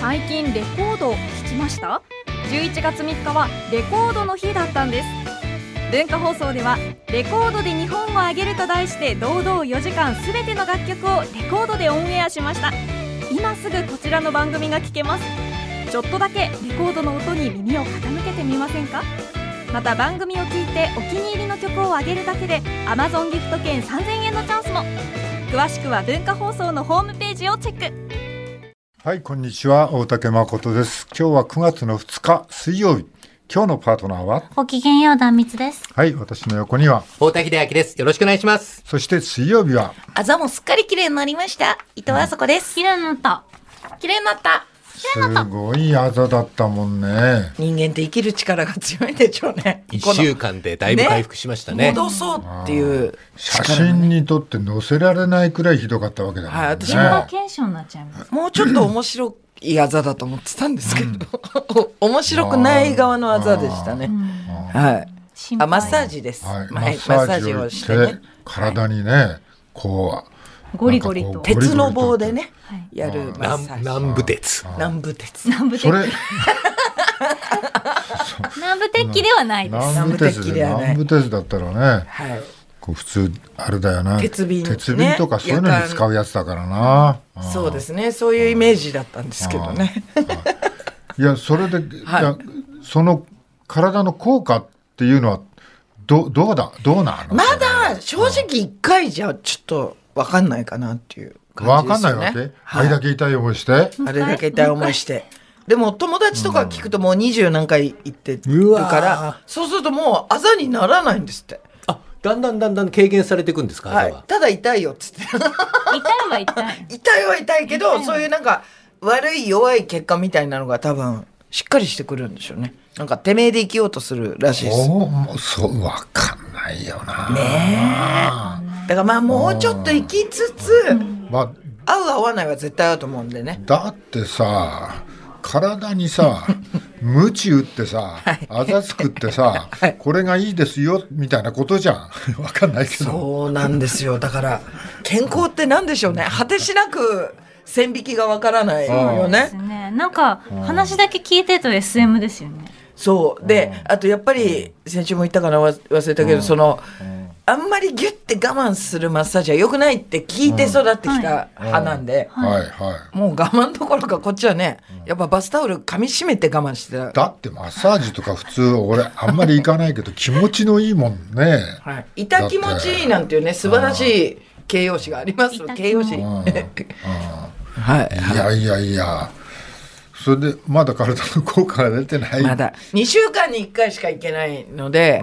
最近レコードを聴きました11月3日はレコードの日だったんです文化放送では「レコードで日本をあげる」と題して堂々4時間全ての楽曲をレコードでオンエアしました今すぐこちらの番組が聴けますちょっとだけレコードの音に耳を傾けてみませんかまた番組を聞いてお気に入りの曲をあげるだけで Amazon ギフト券3000円のチャンスも詳しくは文化放送のホームページをチェックはいこんにちは大竹誠です今日は9月の2日水曜日今日のパートナーはごきげんよう断蜜です。はい私の横には大滝秀明です。よろしくお願いします。そして水曜日はあざもすっかり綺麗になりました。伊藤あさこです。綺麗になった。綺麗になった。すごいあざだったもんね人間って生きる力が強いんでしょうね。一週間でだいぶ回復しましたね。戻そうっていう写力がね真に撮って載せられないくらいひどかったわけだもんね、はい私中華も検証になっちゃいます。もうちょっと面白いあざだと思ってたんですけど、面白くない側のあざでしたね。はい。心あ配マッサージです。はい、まマあッサージをして、ね。体にね、こうゴリゴリとなんかこう鉄の棒でねはい、やるマッサ南ージ。南部鉄。南部鉄。南部そ鉄。れ南部鉄器ではないです。南部鉄南部鉄でではない南部鉄だったらねはい。こう普通あれだよな鉄瓶ね鉄瓶とかそういうのに使うやつだからな、うんそうですね。そういうイメージだったんですけどね。いやそれで、いやその体の効果っていうのはどどうだどうなのまだ正直一回じゃちょっとわかんないかなっていうわ感じかんないですよね。わけ、はあれいだけ痛い思いしてあれだけ痛い思いして。でも友達とか聞くともう二十何回行ってるうわーから、そうするともうあざにならないんですって。あ、だんだんだんだん軽減されていくんですか、あはれいは。。ただ痛いよっつって。痛いは痛い。痛いは痛いけど、そういうなんか悪い弱い結果みたいなのが多分しっかりしてくるんでしょうね。なんかてめえで生きようとするらしいでおす。もうそうわかんないよな、だからまあもうちょっと生きつつ、まあ合う合わないは絶対合うと思うんでね。だってさ体に さ鞭打ってさあざつくってさ、これがいいですよみたいなことじゃん わかんないけどそうなんですよ。だから健康って何でしょうね。果てしなく線引きがわからないよでねす。 ね。なんか話だけ聞いてると SM ですよね。そうで、あとやっぱり先週も言ったかなわ忘れたけど、その、あんまりギュッて我慢するマッサージは良くないって聞いて育ってきた派なんで、はいはいもう我慢どころかこっちはねやっぱバスタオル噛み締めて我慢してた、だってマッサージとか普通俺あんまり行かないけど気持ちのいいもんねはい、痛気持ちいいなんていうね素晴らしい形容詞があります痛気形容詞うん はいいやいやいやそれでまだ体の効果が出てないまだ2週間に1回しか行けないので、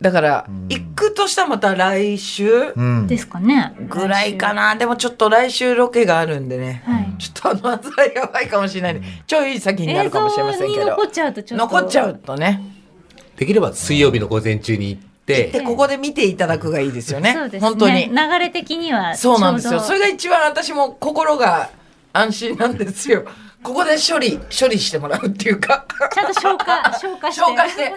だから行くとしたらまた来週うんですかね。ぐらいかな、でもちょっと来週ロケがあるんでね、はいちょっとあのあざやばいかもしれないんでちょい先にな映るかもしれま像せんにけど残っちゃうとちょっと残っちゃうとねできれば水曜日の午前中に行って、でここで見ていただくがいいですよねそうですね。本当に流れ的にはそうなんですちょようどそれが一番私も心が安心なんですよここで処理処理してもらうっていうかちゃんと消 化消化して。消化して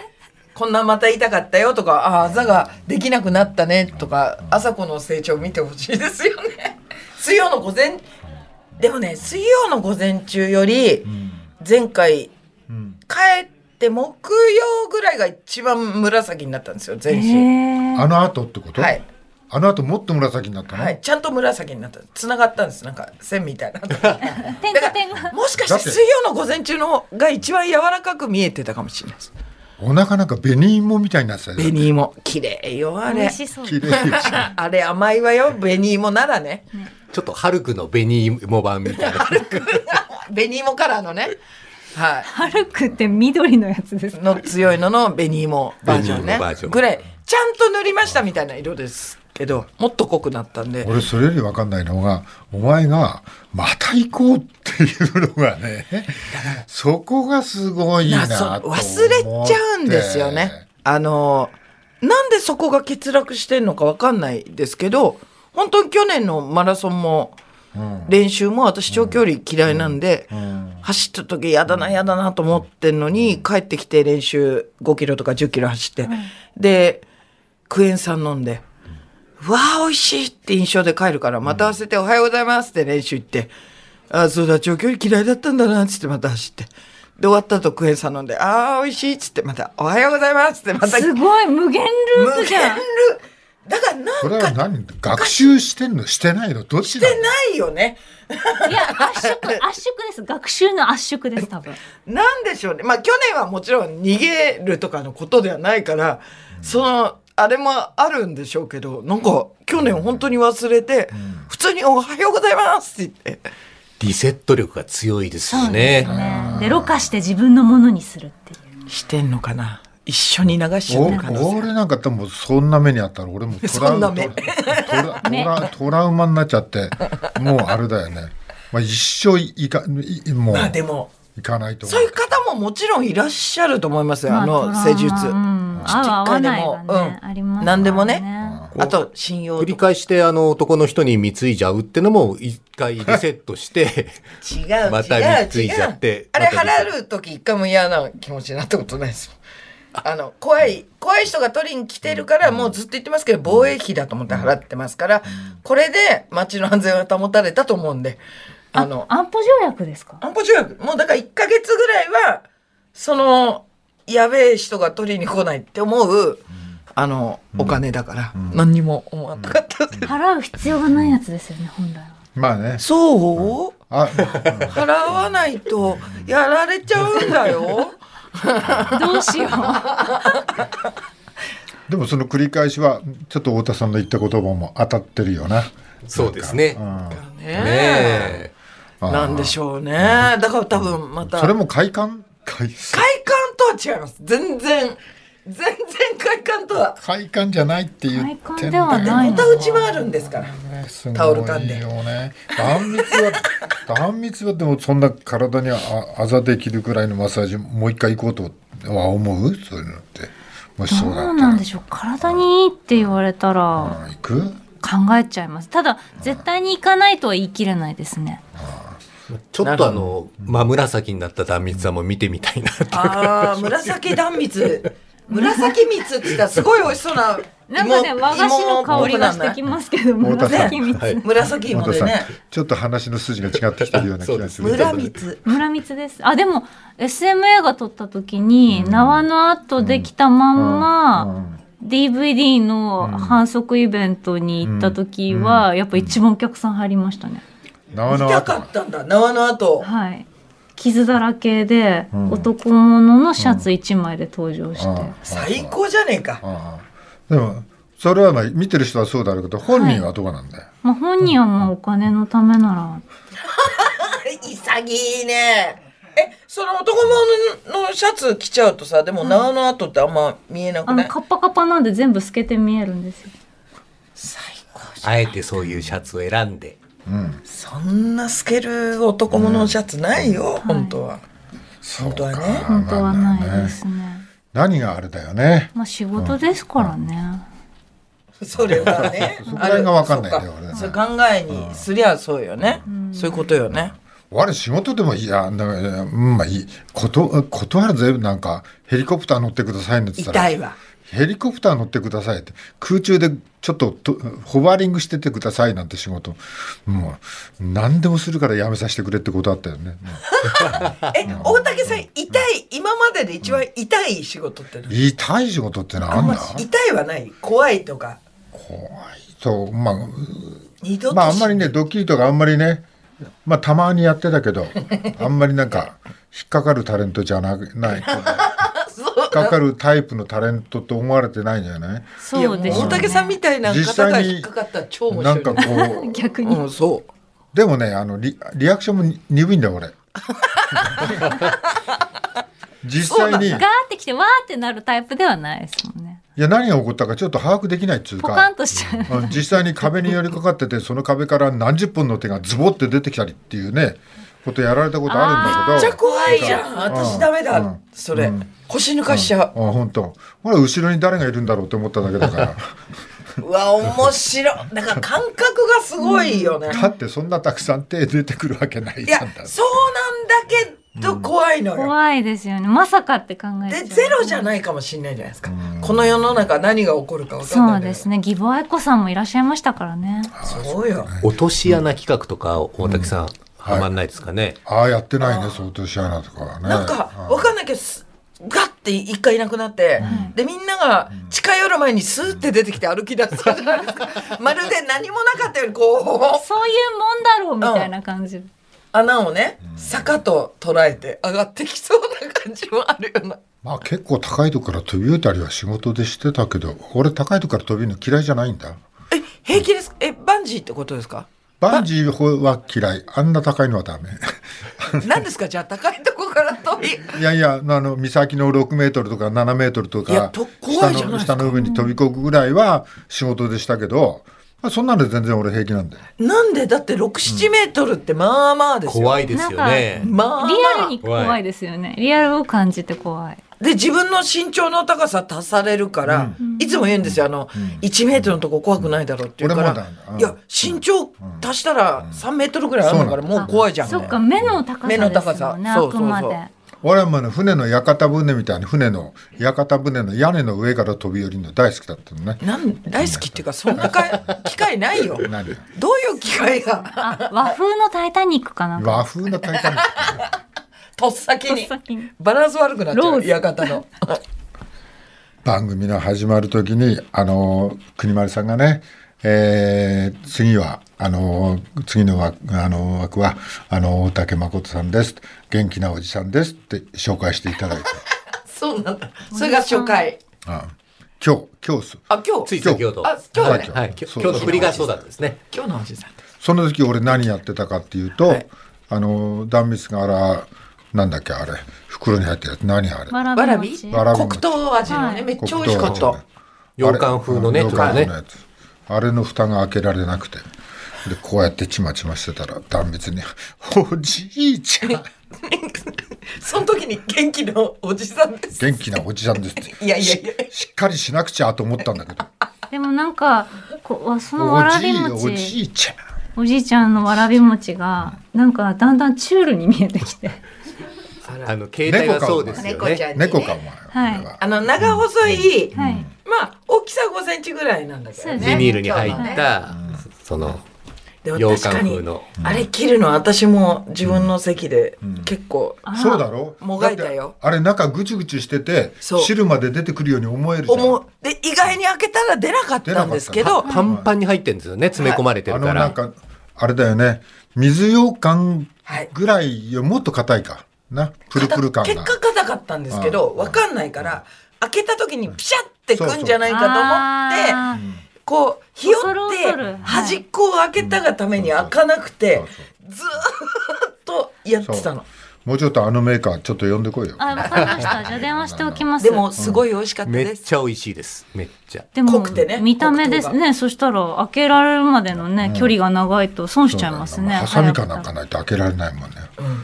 こんなまた痛かったよとかあああざができなくなったねとか朝子の成長見てほしいですよね 水曜の午前でもね水曜の午前中より前回帰って木曜ぐらいが一番紫になったんですよへ全身、ーあの後ってこと、はいあの後もっと紫になったの、はいちゃんと紫になったつながったんですなんか線みたいなだ か点と点がらもしかして水曜の午前中のが一番柔らかく見えてたかもしれないですお腹なんか紅芋みたいになってたよ紅芋綺麗よあ美れ味しそう。綺麗でしょ あれ甘いわよ、紅芋ならね。ちょっとハルクの紅芋版みたい な。紅芋カラーのね。は軽くって緑のやつですい。。の強いのの紅芋バージョン紅ね芋バージョ。ンぐらい、ちゃんと塗りましたみたいな色ですけど、もっと濃くなったんで。 俺それより分かんないのがお前がまた行こうっていうのが ねそこがすごいななとそ思うって忘れちゃうんですよね。あの、なんでそこが欠落してんのかわかんないですけど、本当に去年のマラソンも、練習も私長距離嫌いなんで、走った時嫌だな嫌だなと思ってんのに、帰ってきて練習5キロとか10キロ走って、で、クエン酸飲んで、うわあ、美味しいって印象で帰るから、また合わせておはようございますって練習行って、ああ、そうだ、長距離嫌いだったんだな、つってまた走って。で、終わったとクエンさん飲んで、ああ、美味しい、つってまた、おはようございます、つってまた。すごい無限ループじゃん無限ルーだからなんかそれは何学習してんのしてないのどっちだしてないよね。 いや圧縮圧縮です学習の圧縮です多分なんでしょうね。まあ去年はもちろん逃げるとかのことではないから、その、あれもあるんでしょうけど、なんか去年本当に忘れて、普通におはようございますって言って。リセット力が強いですよでねすよ。ねでろ過して自分のものにするっていうしてんのかな一緒に流しちゃおってる可能性。俺なんかでもそんな目にあったら俺もトラ そんウなマ目トラ トラトラウマになっちゃってもうあれだよね、まあ、一生いかいもうまあでも、行かないと思そういう方ももちろんいらっしゃると思いますよ、あのまあ施術。トラウマうん合う合わないがでもねうんあります何でもねねあと、信用繰とりか。返してあの男の人に貢いじゃうってのも一回リセット して、違う、違う、また貢いじゃって違うあれまた払う時一回も嫌な気持ちになったことないですもん。あの、怖い、怖い人が取りに来てるから、もうずっと言ってますけど、防衛費だと思って払ってますから、これで街の安全は保たれたと思うんで、あの、安保条約ですか安保条約、もうだから1ヶ月ぐらいは、その、やべえ人が取りに来ないって思う、あの、お金だから、何にも思わなかったです。払う必要がないやつですよね本来はうまあねそうあ払わないとやられちゃうんだよ。どうしようでもその繰り返しはちょっと太田さんの言った言葉も当たってるよなそうですね。なんか ねねえ。うんなんでしょうね。だから多分また。それも快感快快感とは違います。全然、全然快感とは。快感じゃないって言ってんだ快感ではないまたうちもあるんですから。ねすごいタオル噛んでよね断蜜は 断蜜はでもそんな体にああざできるぐらいのマッサージもう一回行こうとは思うそういうのってもしそうだどうったなんらでしょう体にいいって言われたらうん行く考えちゃいますただ絶対に行かないとは言い切れないですねちょっとあの、真紫になった壇蜜さんも見てみたいなって。ああ、紫断蜜。紫蜜って言ったらすごい美味しそうな芋。なんかね和菓子の香りがしてき芋っますけど芋なんだ紫蜜、はいぽくなんない紫芋本でさんね。ちょっと話の筋が違ってきてるよう な気がするそう村蜜。村蜜ですあでも SM 映画撮った時に、縄の後できたまんま、うん、 DVD の反則イベントに行った時は、やっぱ一番お客さん入りましたね、縄の痛後かったんだ、縄の後。はい傷だらけで、ん男物のシャツ一枚で登場して、うん最高じゃねえか。ああでもそれはまあ見てる人はそうだろうけど本人はどうなんだよ、まあ、本人はもうお金のためな潔いねえその男物のシャツ着ちゃうとさでも縄の跡ってあんま見えなら、くなあのいカッパカッパなんで全部透けて見えるんですよ最高じゃんあえてそういうシャツを選んで。うん、そんな透ける男物のシャツないよ、本当は、そう本当かはね本当はまあまあないでねすね何があれだよねまあ仕事ですからね、それはねそこら辺がわかんないんだよあ俺ねれそうかそう考えにすりゃそうよね、そういうことよね、我仕事でもいやなうんまあいいこと断るぜなんかヘリコプター乗ってくださいねって言った痛らいわヘリコプター乗ってくださいって空中でちょっととホバーリングしててくださいなんて仕事もう何でもするからやめさせてくれってことあったよねもえ大竹さん痛い今までで一番痛い仕事ってう何痛い仕事ってあなんんまだ痛いはない怖いとか怖いそうまあ二度とまああんまりねドッキリとかあんまりねまあたまにやってたけ どあんまりなんか引っかかるタレントじゃな ない引っかかるタイプのタレントと思われてないんじゃないいやそもううでしょ大うね竹さんみたいな方が引っかかったら超面白ないんねかこう逆に、うん、そう。でもねあのリリアクションもに鈍いんだよ 俺実際にいガーってきてわーってなるタイプではないですもんねや何が起こったかちょっと把握できないっつうポカかンとしちゃううん実際に壁に寄りかかっててその壁から何十本の手がズボって出てきたりっていうねことやられたことあるんだめっけちどゃ怖いじゃん。私ダメだ。うんそれ、腰抜かしちゃあ本当。ほら後ろに誰がいるんだろうって思っただけだ かう。うわ、面白い。だから感覚がすごいよね。らだってそんなたくさん手出てくるわけないいじゃやんだ、ってそうなんだけど怖いのよ。怖いですよねまさかって考えちゃで、うゼロじゃないかもしれないじゃないですか。この世の中何が起こるか分かんそなうい。ですね。ね義母愛子さんもいらっしゃいましたからねそうよ。落とし穴企画とか、大竹さん、はまんないですかね。ああやってないね相当シアナとかはねなんか、わかんないけど、すガッて一回いなくなって、で、みんなが近寄る前にスーって出てきて歩き出すじゃないですか。まるで何もなかったように、こう、そういうもんだろうみたいな感じ。穴をね、坂と捉えて上がってきそうな感じもあるような。まあ結構高いとこから飛び降りたりは仕事でしてたけど俺高いとこから飛びるの嫌いじゃないんだえ、平気ですかえ、バンジーってことですかバンジーは嫌いあんな高いのはダ メ何ですかじゃあ高いとこから飛び。いやいやあの岬の6メートルとか7メートルといやかと怖下いじゃないのですか下の上に飛び込むぐらいは仕事でしたけど、まあ、そんなの全然俺平気なんだよなんでだって6、7メートルってまあまあですよ。怖いですよね。まあまあ。リアルに怖いですよね。リアルを感じて怖い。で、自分の身長の高さ足されるから、いつも言うんですよ、あの、1メートルのとこ怖くないだろうって言うから、俺もだうんいや、身長足したら3メートルぐらいあるんだから、そうもう怖いじゃん、ね。そっか、目の高さ目の高でさすもんね、そあうそうくそうまで。俺はもうね船の屋形船みたいに船の屋形船の屋根の上から飛び降りるの大好きだったのねなん大好きっていうか、そんな か機会ないよ。何よどういう機会が、あ、和風のタイタニックかな。和風の大会とっさきとっに。さきにバランス悪くなっちゃローう、ズ館の。番組の始まる時にあの国丸さんがね、えー次はあの次の枠あの枠はあの大竹誠さんです元気なおじさんですって紹介していただいて そうなんだ。それが初回。あ今日今日すあ、今つい日、先ほど。あは今日だねい、ははいい、今日今日の振りがそうだったんですね。今日のおじさん。その時俺何やってたかっていうと、はいあの断蜜があらなんだっけあれ袋に入ってるやつ何あれわらわらびび餅。わらび黒餅糖味のはね、いめっちゃ美味しかっ黒糖味のねた。洋館風のね、洋とか館風ねの。やつあれの蓋が開けられなくてでこうやってちまちましてたら断蜜に 「おじいちゃんその時に元気のおじさんです。元気なおじさんです」っていやいやいや。しっかりしなくちゃと思ったんだけどでもなんか、こわ「そのおわらじびいお餅、じいちゃんおじいちゃんのわらび餅が、なんかだんだんチュールに見えてきて。あの、携帯がそうですよ猫ちゃね。んに、ね、猫かお前はいこれはあの長細い、はい。まあ大きさ5センチぐらいなんだけどそうですねビニールに入今日っのねた、その、でも洋確館か風にの。あれ切るの私も自分の席で結構、そうだろもがいたよだってあれ中ぐちゅぐちゅしててそう汁まで出てくるように思えるじゃん思うで意外に開けたら出なかったんですけど、パンパンに入ってるんですよね、詰め込まれてあるのかなんら。かあれだよね水羊羹はいぐらいよもっと硬いかなプルプル感結が果硬かったんですけどうん分かんないから開けた時にピシャってくんじゃないかと思って。あーこうひよ恐るっ恐てる端っこを開けたがために開かなくてずーっとやってたのもうちょっとあのメーカーちょっと呼んでこいよあ、わかりました。じゃあ電話しておきます。でも、すごい美味しかっためでっすちゃ美味しいです。めっちゃ。でも濃くてね見た目です黒ね。そしたら開けられるまでのね、距離が長いと損しちゃいますね。ハサミかなんかないと開けられないもんね、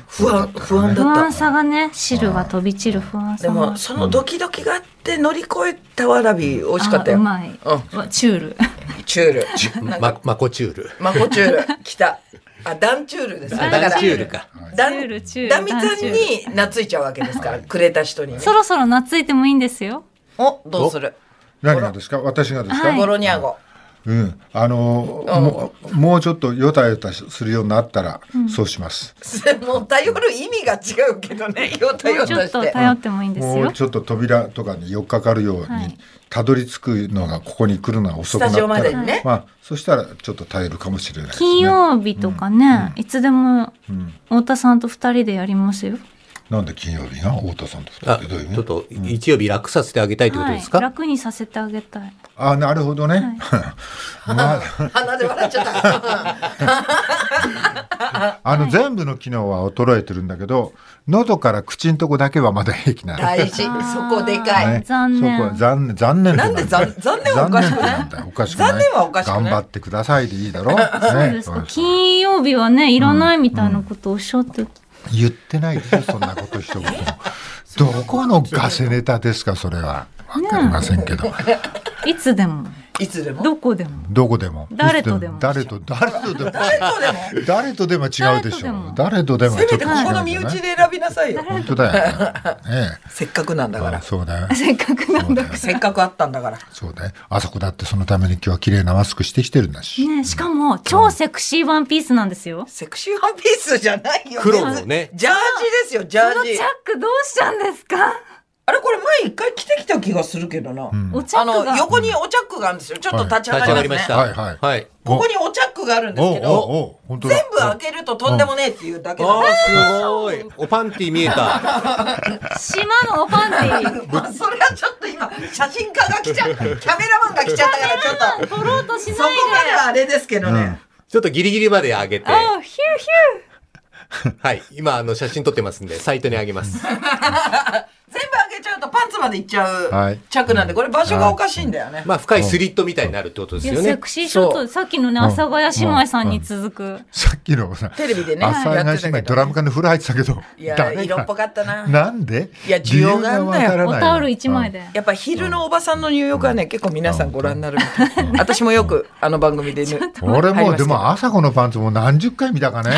不安不安不だっ安たさがね、汁が飛び散る不安でさがもそのドキドキがあって乗り越えたわらび美味しかったあうよまい。わチュー ル。チュールなんかま、マコチュール。マコチュール来たあダンチュールですねあだからダンチュールか。ダチュールチューンルダミさんダンチュに懐いちゃうわけですからくれた人にねそろそろ懐いてもいいんですよ。おどうする何がですか私がですか、はいゴロニャゴ うんあのーもうもうちょっとヨタヨタするようになったら、そうしますもう頼る意味が違うけどねよたもようちょたっしとて頼ってもいいんですもよう。ちょっと扉とかに寄っかかるように、はいたどり着くのがここに来るのは遅スくなタっジたオまらでにねまあそしたらちょっと耐えるかもしれないですね金曜日とかね、いつでも太田さんと二人でやりますよ。なんで金曜日が太田さんと二あ、人でどういう意味ちょっと、日曜日楽させてあげたいということはでいす、か楽にさせてあげたい。あなるほどね、まあ鼻で笑っちゃった あの全部の機能は衰えてるんだけど喉から口んとこだけはまだ平気なの大事あーそこでかい、ね残念そこは残念残念ってなんで残残念残はおか念しっくてないなんだよおかしくない残念はおかしくない頑張ってくださいでいいだろそうですか。ね金曜日はね、いらないみたいなことをおっしゃって。言ってないでしょそんなこと一言もどこのガセネタですかそれはわかりませんけど、いつでも。いつでもどこでも。どこでも誰とでも誰と誰とでも誰とでも誰とでも違うでしょ誰とでもせめて違こうこよのね身内で選びなさいよ本当だよね ねせっかくなんだえからあそうだよせっかくなんだから。せっかくあったんだからそうだよあそこだってそのために今日は綺麗なマスクしてきてるんだしね、しかも、超セクシーワンピースなんですよ。セクシーワンピースじゃないよ黒のねジャージですよジャこのーチャジックどうしたんですかあれこれ前一回着てきた気がするけどな、おチャあックのが。横におチャックがあるんですよちょっと立ち上立ち上ががりりまましすね、た。はいはいはい。ここにおチャックがあるんですおけうどおうおう本当だ全部開けるととんでもねえっていうだけあだあ、すごい。おパンティ見えた。島のおパンティまあ、それはちょっと今写真家が来ちゃうキャメラマンが来ちゃったからちょっと取ろうとしないそこまでで。はあれですけどね、ちょっとギリギリまで上げて。あ、ヒューヒュー。 はい。今、あの、写真撮ってますんで、サイトに上げます。全部開けちゃうとパンツまでいっちゃう、はいチャックなんでこれ場所がおかしいんだよね、まあ、深いスリットみたいになるってことですいよやねセ。クシーショッそト、さっきのね、阿佐ヶ谷姉妹さんに続く。さっきのさテレビでね阿佐ヶや谷ってた姉け妹ドどラム缶で風呂入ってたけどいや誰が色っぽかったななんでいや需要があん理由わだよからおないタオル一枚で。やっぱ昼のおばさんの入浴はね、結構皆さんご覧になるみたいな私もよくあの番組でね俺も入りますうけでども朝子のパンツもう何十回見たかね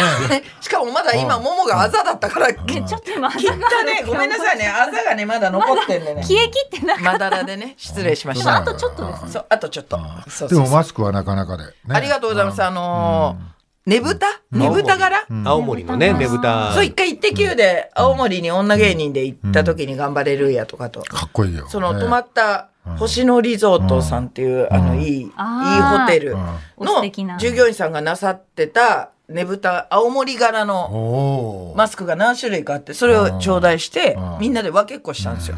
しかもまだ今ももがあざだったから切っちょっと今、切ったねごめんなさいねあざがねまだ残ってんでね消え切ってなかった。まだらでね失礼しましまたあとちょっとですそうあとちょっとそうでそうもそうマスクはなかなかでねありがとうございますあのーねぶたねぶた柄青森のね、うんねぶたそ。う一回「イッテ Q!」で青森に女芸人で行った時に「頑張れるや」とかとかっこいいよそのね泊まった星野リゾートさんっていうあのいいいいあーホテルお素の敵な従業員さんがなさってたねぶた青森柄のおおマスクが何種類かあってそれを頂戴してうんみんなで分けっこしたんですよ。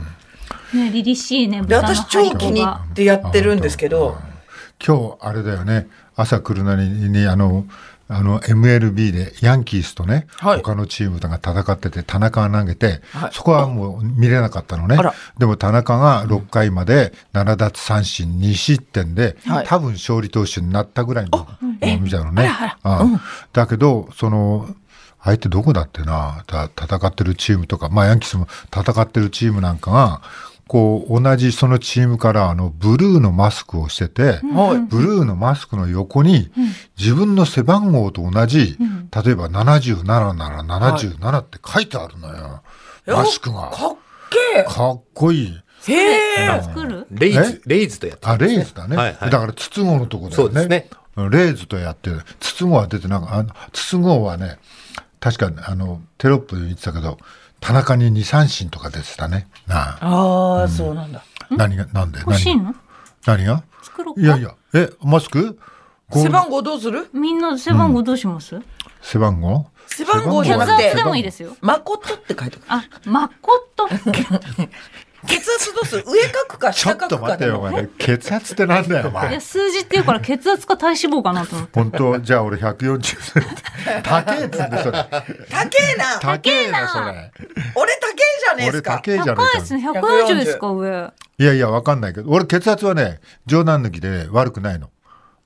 ね、凛々しいね、で豚の私超気に入ってやってるんですけど今日あれだよね朝来るなりにあのあの MLB でヤンキースとね、はい他のチームが戦ってて田中が投げて、はいそこはもう見れなかったのねあらでも田中が6回まで7奪三振2失点で、はい多分勝利投手になったぐらいの見たのねあらあだけどその相手どこだってなた戦ってるチームとか、まあ、ヤンキースも戦ってるチームなんかがこう同じそのチームからあのブルーのマスクをしてて、はいブルーのマスクの横に自分の背番号と同じ、例えば77なら77って書いてあるのよ、マスクが。かっけかっこいい。えへえ作るレイズ、レイズとやってあ、レイズだね。はいはいだから筒子のとこだそようですねね。レイズとやってる。筒子は出てなんか、あの筒子はね、確かにあのテロップで言ってたけど、田中に二三振とか出てたね。なあ、ああそうなんだ何が、なんで、欲しい何が、の何が。作ろういやいか。や、え、マスク。ゴー背ル番号どうするみんな背番号どうします背番号。背番号じ血ゃ背な番号くて圧でもいいですよ「。まこと」って書いておくあ、まこと。 血圧どうする上書くかちょ下っ書くと待かってでよ、おも前。 血圧ってなんだよ、おいや、前。数字っていうから血圧か体脂肪かなと思って。本当、じゃあ俺140歳って。高えっつうん だ、それ。高えな高えな、それ。俺高えじゃねえす俺か高えじゃねえ高いかです。ね、140ですか、上。いやいや、わかんないけど、俺血圧はね、冗談抜きで悪くないの。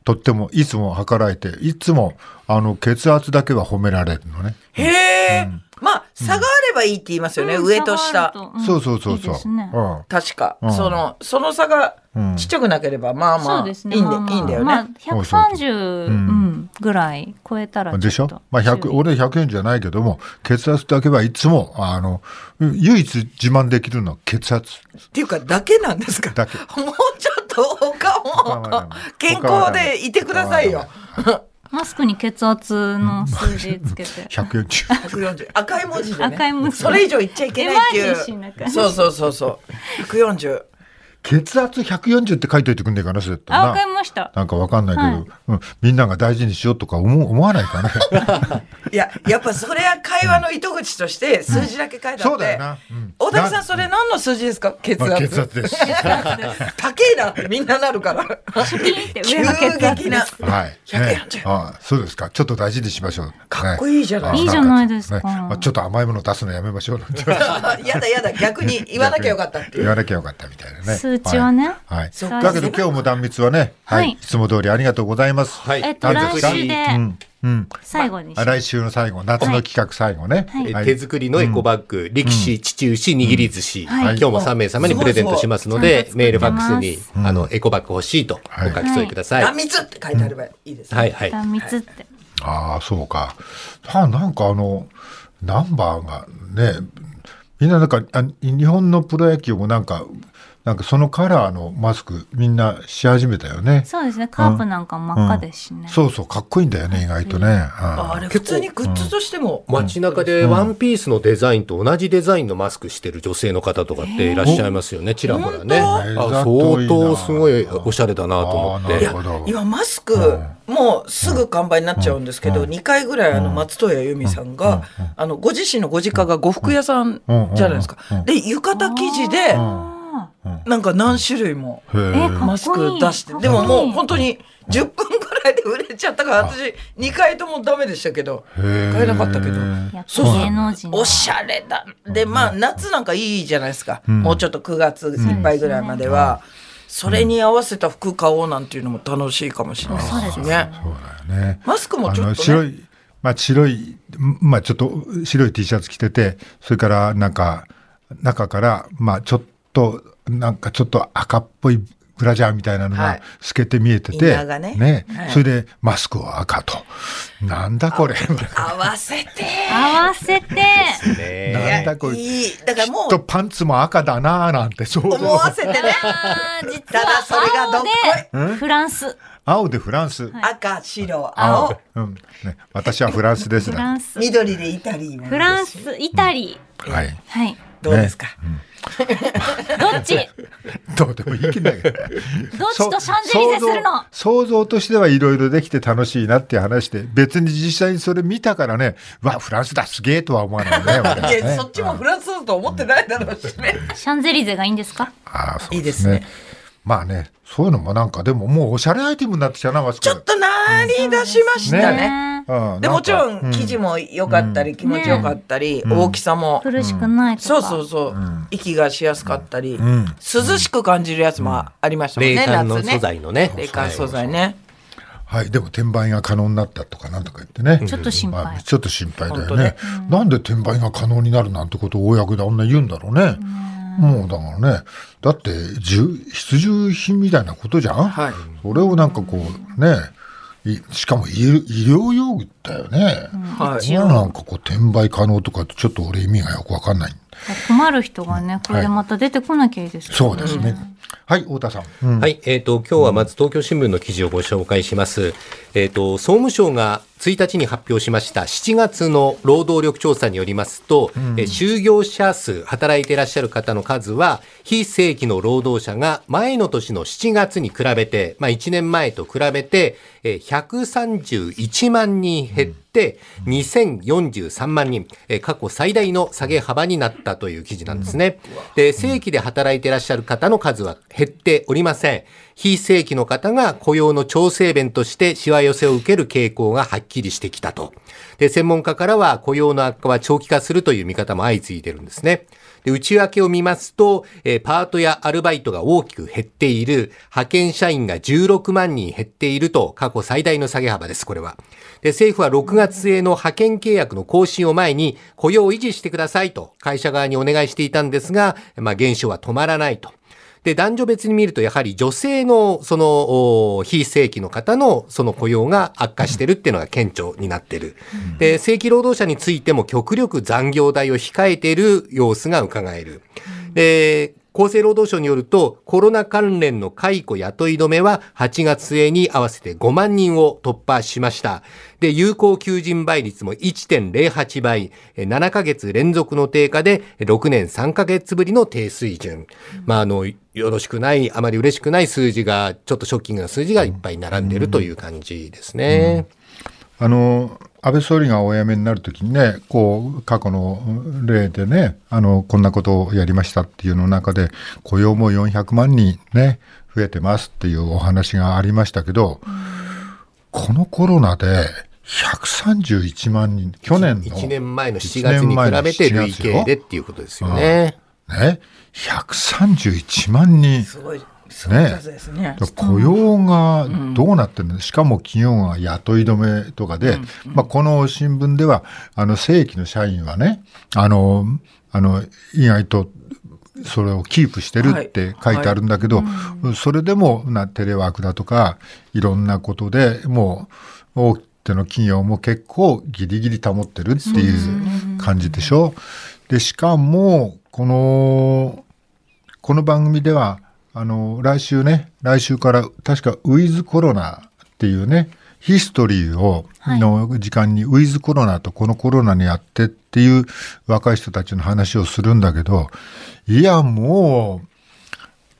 とっても、いつも測られて、いつも、あの、血圧だけは褒められるのね。へえまあ差があればいいって言いますよねうん上と下。そうそうそういいそう。ですねうん確か、うんそのその差がうんちっちゃくなければ、まあまあそうですね。いいんでまあまあいいんだよね、まあ、そうそう130うんぐらい超えたらちょっと。でしょまあ、100、俺140じゃないけども、血圧だけはいつも、あの、唯一自慢できるのは血圧。っていうかだけなんですかだけもうちょっと他他はダもメ健康でいてくださいよマスクに血圧の数字つ けて。 140。 140赤い文字で、ね、赤い文字それ以上言っちゃいけないってい手回りしなきゃうそうそうそうそう140血圧140って書いといてくんねえかな、それってな。あ、わかりました。なんかわかんないけど、はいうん、みんなが大事にしようとか思う思わない かね。いややっぱそれは会話の糸口として数字だけ書いてあって、そうだよな。うん大谷さんなそれ何の数字ですか血まあ圧血圧です。 高えなってみんななるからシュキーンって急上の血圧激でなす。はい。 140ああそうですか。ちょっと大事にしましょう。かっこいいじゃないねいいじゃないですかまあちょっと 甘いもの出すのやめましょう。やだやだ逆に言わなきゃよかったっていう言わなきゃよかったみたいなね。数うちはね。はい。そうかだけど今日も断蜜はね、はい、はいいつも通りありがとうございます。はいえっと、何来ですか週でうん、うん。最後にしあ来週の最後、夏の企画最後ね。はいえー手作りのエコバッグ、力士、父牛、握り寿司、は今い日も3名様にプレゼントしますので、そうメールファックスに、うんあの、エコバッグ欲しいとはいお書き添えください。あ、蜜って書いてあればいいですね。はい、はい。断蜜って。ああ、そうか。あなんかあの、ナンバーがね、みんななんかあ、日本のプロ野球もなんか、なんかそのカラーのマスクみんなし始めたよね。そうですね。カープなんか真っ赤ですしね。そうそう、かっこいいんだよね、意外とね。あああれ普通にグッズとしても、街中でワンピースのデザインと同じデザインのマスクしてる女性の方とかっていらっしゃいますよね、ちらほらね。本当あ相当すごいおしゃれだなと思っあーなてるほ。ど今マスクもうすぐ完売になっちゃうんですけど、2回ぐらいあの松任谷由実さんが、あのご自身のご実家が呉服屋さんじゃないですかうんうんうん。で浴衣生地であなんか何種類もへーえ、え。かマっスこいクい。出して、でももう本当に10分ぐらいで売れちゃったから私2回ともダメでしたけど、買えなかったけど。やっそうなぱの芸能人のおしゃれだ。で、まあ、夏なんかいいじゃないですか。んもうちょっと9月いっぱいぐらいまでは。それに合わせた服買おうなんていうのも楽しいかもしれないそうでですすねね。そうだよね。マスクもあちょのっと白ね。い、まあ、白い、まあ、ちょっと白い T シャツ着てて、それからなんか、中から、まあ、ちょっと、なんかちょっと赤っぽいブラジャーみたいなのはがい透けて見えてイて、ンナーがねはいそれでマスクは赤と。なんだこれ。合わせて。合わせて、ねなんだこれ。いい。だからもとう、パンツも赤だなーなんて、そう思わせてね。あー実ただそれがどっこはい。青でフランス。青でフランス。赤、白、青。うんね、私はフランスですフね。ランス。緑でイタリーもいいですしフラン。ス、イタリはい。ー。はい。どうですか。どっちどうでもいいけど。どっどっちとシャンゼリゼするの想像想像としてはいろいろできて楽しいなっていう話で、別に実際にそれ見たからね、うわ、フランスだ、すげえとは思わない ね。俺はいねや、そっちもフランスだと思ってないだろうしね。シャンゼリゼがいいんですかああ、そういいでですすね。ねまあね、そういうのもなんか、でももうおしゃれアイテムになってきたな、マスク。ちょっとなり出しましたねねねうんでなもかちろん生地も良かったり気持ちよかったり、大きさも、苦しくないとか。そうそうそう、息がしやすかったり、ん涼しく感じるやつもありましたもんね、冷感の夏ね素材のね。冷感素材ね、はい、でも転売が可能になったとかなんとか言ってね。ちょっと心配まあちょっと心配だよ本当ねね。なんで転売が可能になるなんてことを公であんな言うんだろうね。もうだからね、だって重必需品みたいなことじゃん。はいそれをなんかこうね、いしかも医療医療用具だよね。はいそんななんかこう転売可能とかってちょっと俺意味がよくわかんない。困る人がね、これでまた出てこなきゃいいですけどそうですね。はい、太田さん。うんはい、えっ、と、今日はまず東京新聞の記事をご紹介します。えっ、と、総務省が1日に発表しました7月の労働力調査によりますと、えー就業者数、働いていらっしゃる方の数は、非正規の労働者が前の年の7月に比べて、まあ1年前と比べて、えー131万人減って、2043万人、えー過去最大の下げ幅になったという記事なんですね。で、正規で働いていらっしゃる方の数は減っておりません。非正規の方が雇用の調整弁としてしわ寄せを受ける傾向がはっきりしてきたと。で、専門家からは雇用の悪化は長期化するという見方も相次いでるんですね。で内訳を見ますと、えーパートやアルバイトが大きく減っている、派遣社員が16万人減っていると、過去最大の下げ幅です、これは。で、政府は6月末の派遣契約の更新を前に、雇用を維持してくださいと、会社側にお願いしていたんですが、まあ、減少は止まらないと。で、男女別に見ると、やはり女性の、その、お非正規の方の、その雇用が悪化してるっていうのが顕著になってる。で、正規労働者についても極力残業代を控えている様子が伺える。で、厚生労働省によると、コロナ関連の解雇雇い止めは8月末に合わせて5万人を突破しました。で、有効求人倍率も1.08倍、えー7ヶ月連続の低下で6年3ヶ月ぶりの低水準。まあ、あの、よろしくない、あまり嬉しくない数字が、ちょっとショッキングな数字がいっぱい並んでるという感じですね。あの安倍総理がお辞めになるときにね、こう過去の例でね、あのこんなことをやりましたっていうの中で、雇用も400万人ね、増えてますっていうお話がありましたけど、このコロナで131万人、去年の1年前の7月に比べて累計でっていうことですよね。ねね、131万人。すごい、すごい数ですね。雇用がどうなってるの、しかも企業が雇い止めとかで、まあ、この新聞ではあの正規の社員はねあのあの意外とそれをキープしてるって書いてあるんだけど、それでもなテレワークだとかいろんなことでもう大手の企業も結構ギリギリ保ってるっていう感じでしょ。でしかもこのこの番組ではあの来週ね来週から確か「ウィズコロナ」っていうねヒストリーをはいの時間に「ウィズコロナ」と「このコロナにあって」っていう若い人たちの話をするんだけどいやもう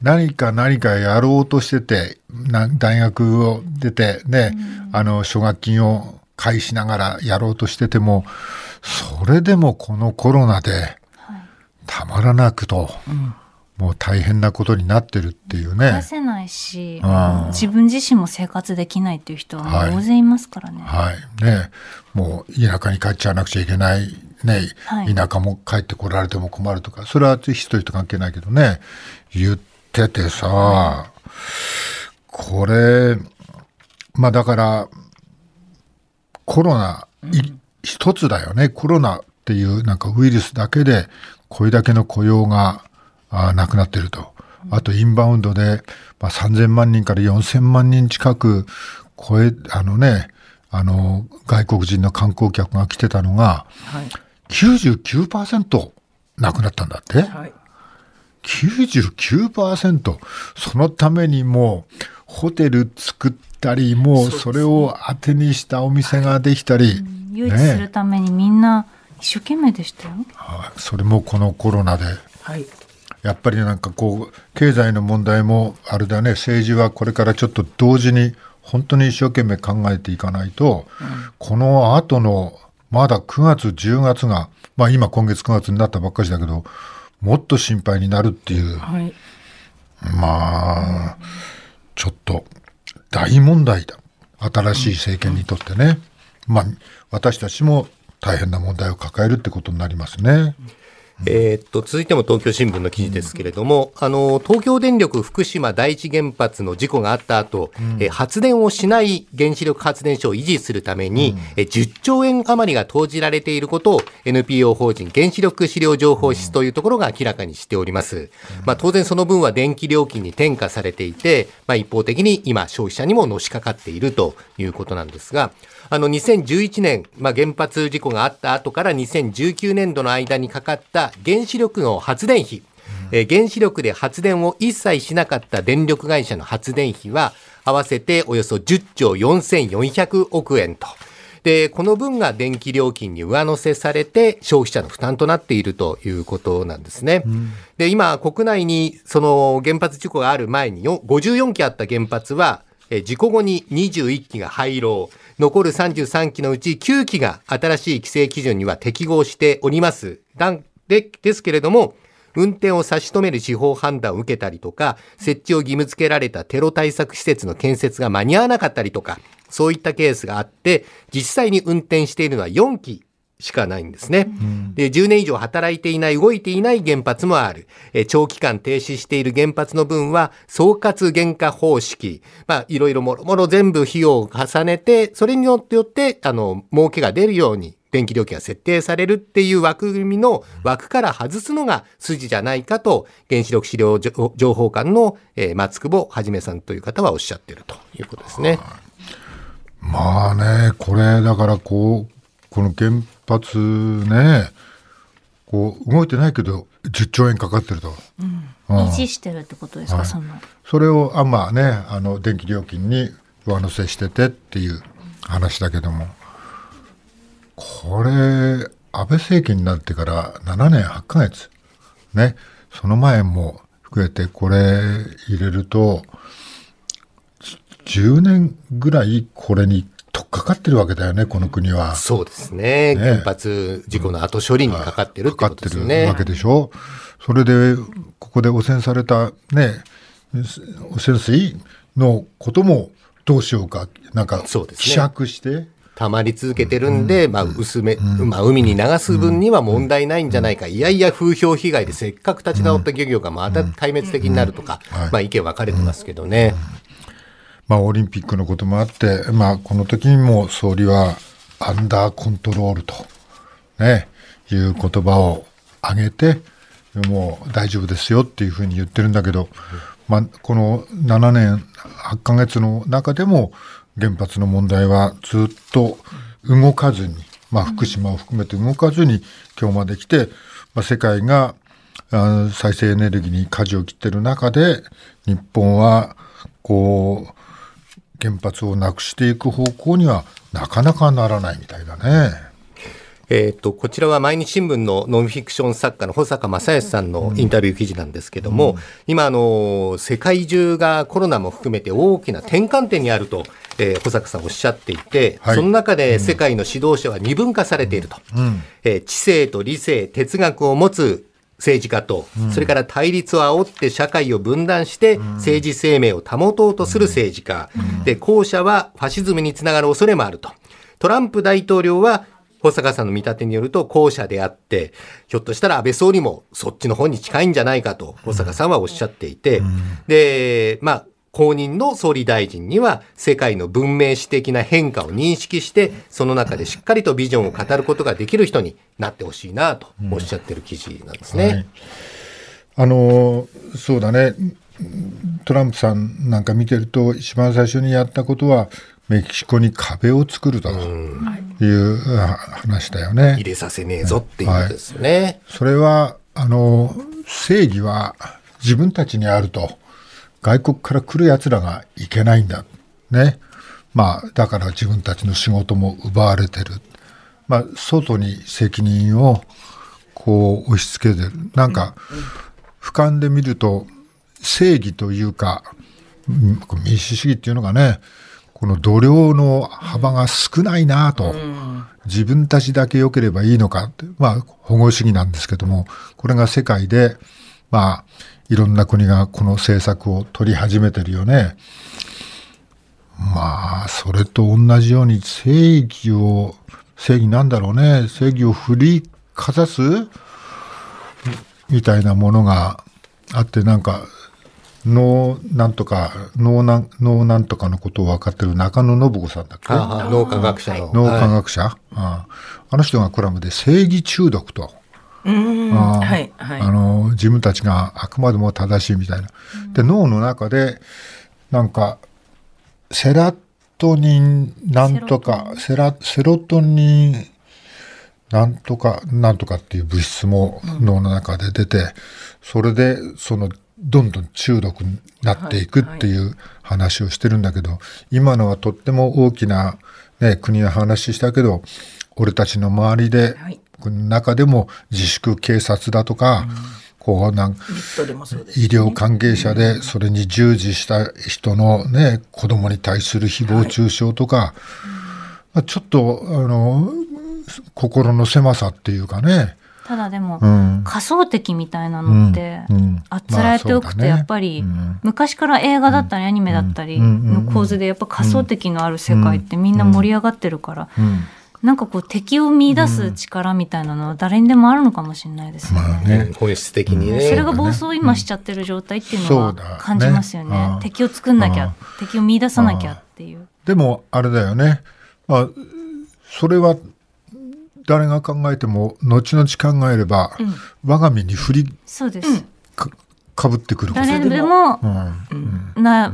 何か何かやろうとしててな大学を出てね、あの奨学金を返しながらやろうとしててもそれでもこのコロナでたまらなくと、もう大変なことになってるっていうね出。せないしうん、自分自身も生活できないっていう人ははい大勢いますからね。はい。ねもう田舎に帰っちゃわなくちゃいけない。ね、はい田舎も帰ってこられても困るとか、それは一人と関係ないけどね、言っててさ、これ、まあだから、コロナ、い一つだよね。コロナっていうなんかウイルスだけで、これだけの雇用があーなくなってると。あとインバウンドで、まあ、3000万人から4000万人近く超え、あのね、あの、外国人の観光客が来てたのが、はい。 99%なくなったんだって。はい。 99%そのためにもうホテル作ったりもうそれを当てにしたお店ができたり、誘致するためにみんな一生懸命でしたよ。はいそれもこのコロナではい。やっぱりなんかこう経済の問題もあれだね政治はこれからちょっと同時に本当に一生懸命考えていかないと、この後のまだ9月10月がまあ今今月9月になったばっかりだけどもっと心配になるっていう。はい。まあ、ちょっと大問題だ。新しい政権にとってね。まあ、私たちも大変な問題を抱えるってことになりますね。えーっと続いても東京新聞の記事ですけれども、あの東京電力福島第一原発の事故があった後、えー発電をしない原子力発電所を維持するために、えー10兆円余りが投じられていることを NPO 法人原子力資料情報室というところが明らかにしております、まあ、当然その分は電気料金に転嫁されていて、まあ、一方的に今消費者にものしかかっているということなんですがあの2011年、まあ、原発事故があった後から2019年度の間にかかった原子力の発電費、えー原子力で発電を一切しなかった電力会社の発電費は合わせておよそ10兆4400億円と。で、この分が電気料金に上乗せされて消費者の負担となっているということなんですね。で、今国内にその原発事故がある前によ54基あった原発はえー事故後に21基が廃炉、残る33基のうち9基が新しい規制基準には適合しております。なんでですけれども、運転を差し止める司法判断を受けたりとか、設置を義務付けられたテロ対策施設の建設が間に合わなかったりとか、そういったケースがあって、実際に運転しているのは4基しかないんですね。で、10年以上働いていない、動いていない原発もある。えー長期間停止している原発の分は、総括原価方式。まあ、いろいろもろもろ全部費用を重ねて、それによって、あの、儲けが出るように、電気料金が設定されるっていう枠組みの枠から外すのが筋じゃないかと、原子力資料情情報官の、えー松久保はじめさんという方はおっしゃってるということですね。まあね、これ、だからこう、この原発ね、こう、動いてないけど、10兆円かかってると。維持してるってことですはか、いその。それを、あまあね、あの、電気料金に上乗せしててっていう話だけども、これ、安倍政権になってから7年8ヶ月。ね、その前も含めてこれ入れると、10年ぐらいこれに取っかかってるわけだよね、この国は。そうですね。ね原発事故の後処理にかかってるっかてこかっとてですよるね。わけでしょ。それで、ここで汚染されたね、汚染水のこともどうしようか、なんか、そうですね希釈して、溜まり続けてるんで、まあ、薄め、まあ、海に流す分には問題ないんじゃないか、いやいや風評被害でせっかく立ち直った漁業がまた壊滅的になるとか、まあ、意見分かれてますけどね。まあ、オリンピックのこともあって、まあ、この時にも総理はアンダーコントロールと、ね、いう言葉を挙げて、もう大丈夫ですよっていうふうに言ってるんだけど、まあ、この7年8ヶ月の中でも原発の問題はずっと動かずに、まあ、福島を含めて動かずに今日まで来て、まあ、世界があー再生エネルギーに舵を切ってる中で日本はこう原発をなくしていく方向にはなかなかならないみたいだね。えー、とこちらは毎日新聞のノンフィクション作家の保坂正康さんのインタビュー記事なんですけども、今あの、世界中がコロナも含めて大きな転換点にあると、えー保坂さんおっしゃっていて、はいその中で世界の指導者は二分化されていると、えー知性と理性、哲学を持つ政治家と、それから対立を煽って社会を分断して政治生命を保とうとする政治家、で後者はファシズムにつながる恐れもあると。トランプ大統領は保坂さんの見立てによると後者であって、ひょっとしたら安倍総理もそっちの方に近いんじゃないかと保坂さんはおっしゃっていて、で、まあ、後任の総理大臣には世界の文明史的な変化を認識して、その中でしっかりとビジョンを語ることができる人になってほしいなとおっしゃってる記事なんですね。はいあのそうだねトランプさんなんか見てると一番最初にやったことはメキシコに壁を作るだというあ話だよね入。れさせねえぞっていうことですよね。それはあの正義は自分たちにあると外国から来るやつらがいけないんだねまあだから自分たちの仕事も奪われてるまあ外に責任をこう押し付けてるなんか俯瞰で見ると正義というかうん民主主義っていうのがねこの度量の幅が少ないなと、自分たちだけ良ければいいのかって、まあ、保護主義なんですけども、これが世界で、まあ、いろんな国がこの政策を取り始めてるよね。まあ、それと同じように正義を、正義なんだろうね、正義を振りかざすみたいなものがあって、なんか、脳なんとか、脳なん、脳なんとかのことを分かってる中野信子さんだっけああ脳科学者の。脳科はい学者、ああの人がコラムで正義中毒と、うんああはいはいあの自分たちがあくまでも正しいみたいな、で脳の中でなんかセラトニンなんとかセラセロトニンなんとかなんとかっていう物質も脳の中で出て、それでそのどんどん中毒になっていくっていう話をしてるんだけど、今のはとっても大きな、ね、国の話したけど俺たちの周りで、はい中でも自粛警察だとか、こうなんかどれもそうです医療関係者でそれに従事した人のね、子供に対する誹謗中傷とか、まあ、ちょっと、あの、心の狭さっていうかね、ただでも、うん。仮想敵みたいなのって、うんうんあつられておくとやっぱり、まあそうだね昔から映画だったりアニメだったりうんうんの構図でやっぱ仮想敵のある世界ってみんな盛り上がってるから、うんなんかこう敵を見出す力みたいなのは誰にでもあるのかもしれないですよね。まあうんね、本質的にね。それが暴走を今しちゃってる状態っていうのうはんそうだね感じますよね。うん敵を作んなきうんゃ、敵を見出さなきゃっていう。でも、あれだよね。まあ、それは、誰が考えても、後々考えれば、我が身に振りそうです。かかぶってくること誰でもうん。な、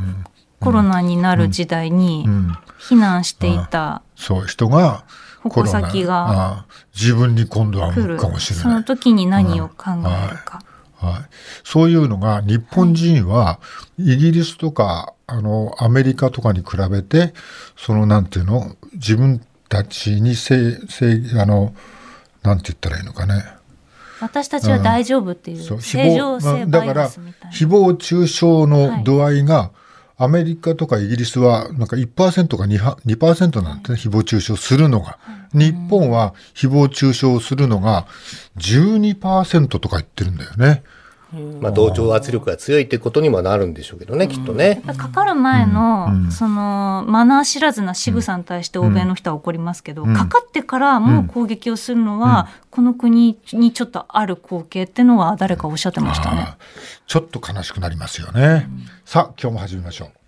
コロナになる時代にうん。避難していたそう人が矛先がコロナああ自分に今度は来向る、くかもしれそないの、時に何を考えるか。はい、そういうのが日本人はイギリスとかあのアメリカとかに比べてそのなんていうの自分たちにせせあのなんて言ったらいいのかね私たちは大丈夫っていう、そう正常性だバイかアらスみたいな。誹謗中傷の度合いが、アメリカとかイギリスはなんか1%か 2%, 2なんてね、誹謗中傷するのが、日本は誹謗中傷するのが12%とか言ってるんだよね。まあ、同調圧力が強いってことにもなるんでしょうけどね、きっとね。かかる前の、うんそのマナー知らずな仕草に対して欧米の人は怒りますけど、うんかかってからもう攻撃をするのは、この国にちょっとある光景ってのは誰かおっしゃってましたね。あーちょっと悲しくなりますよね。さあ、今日も始めましょう。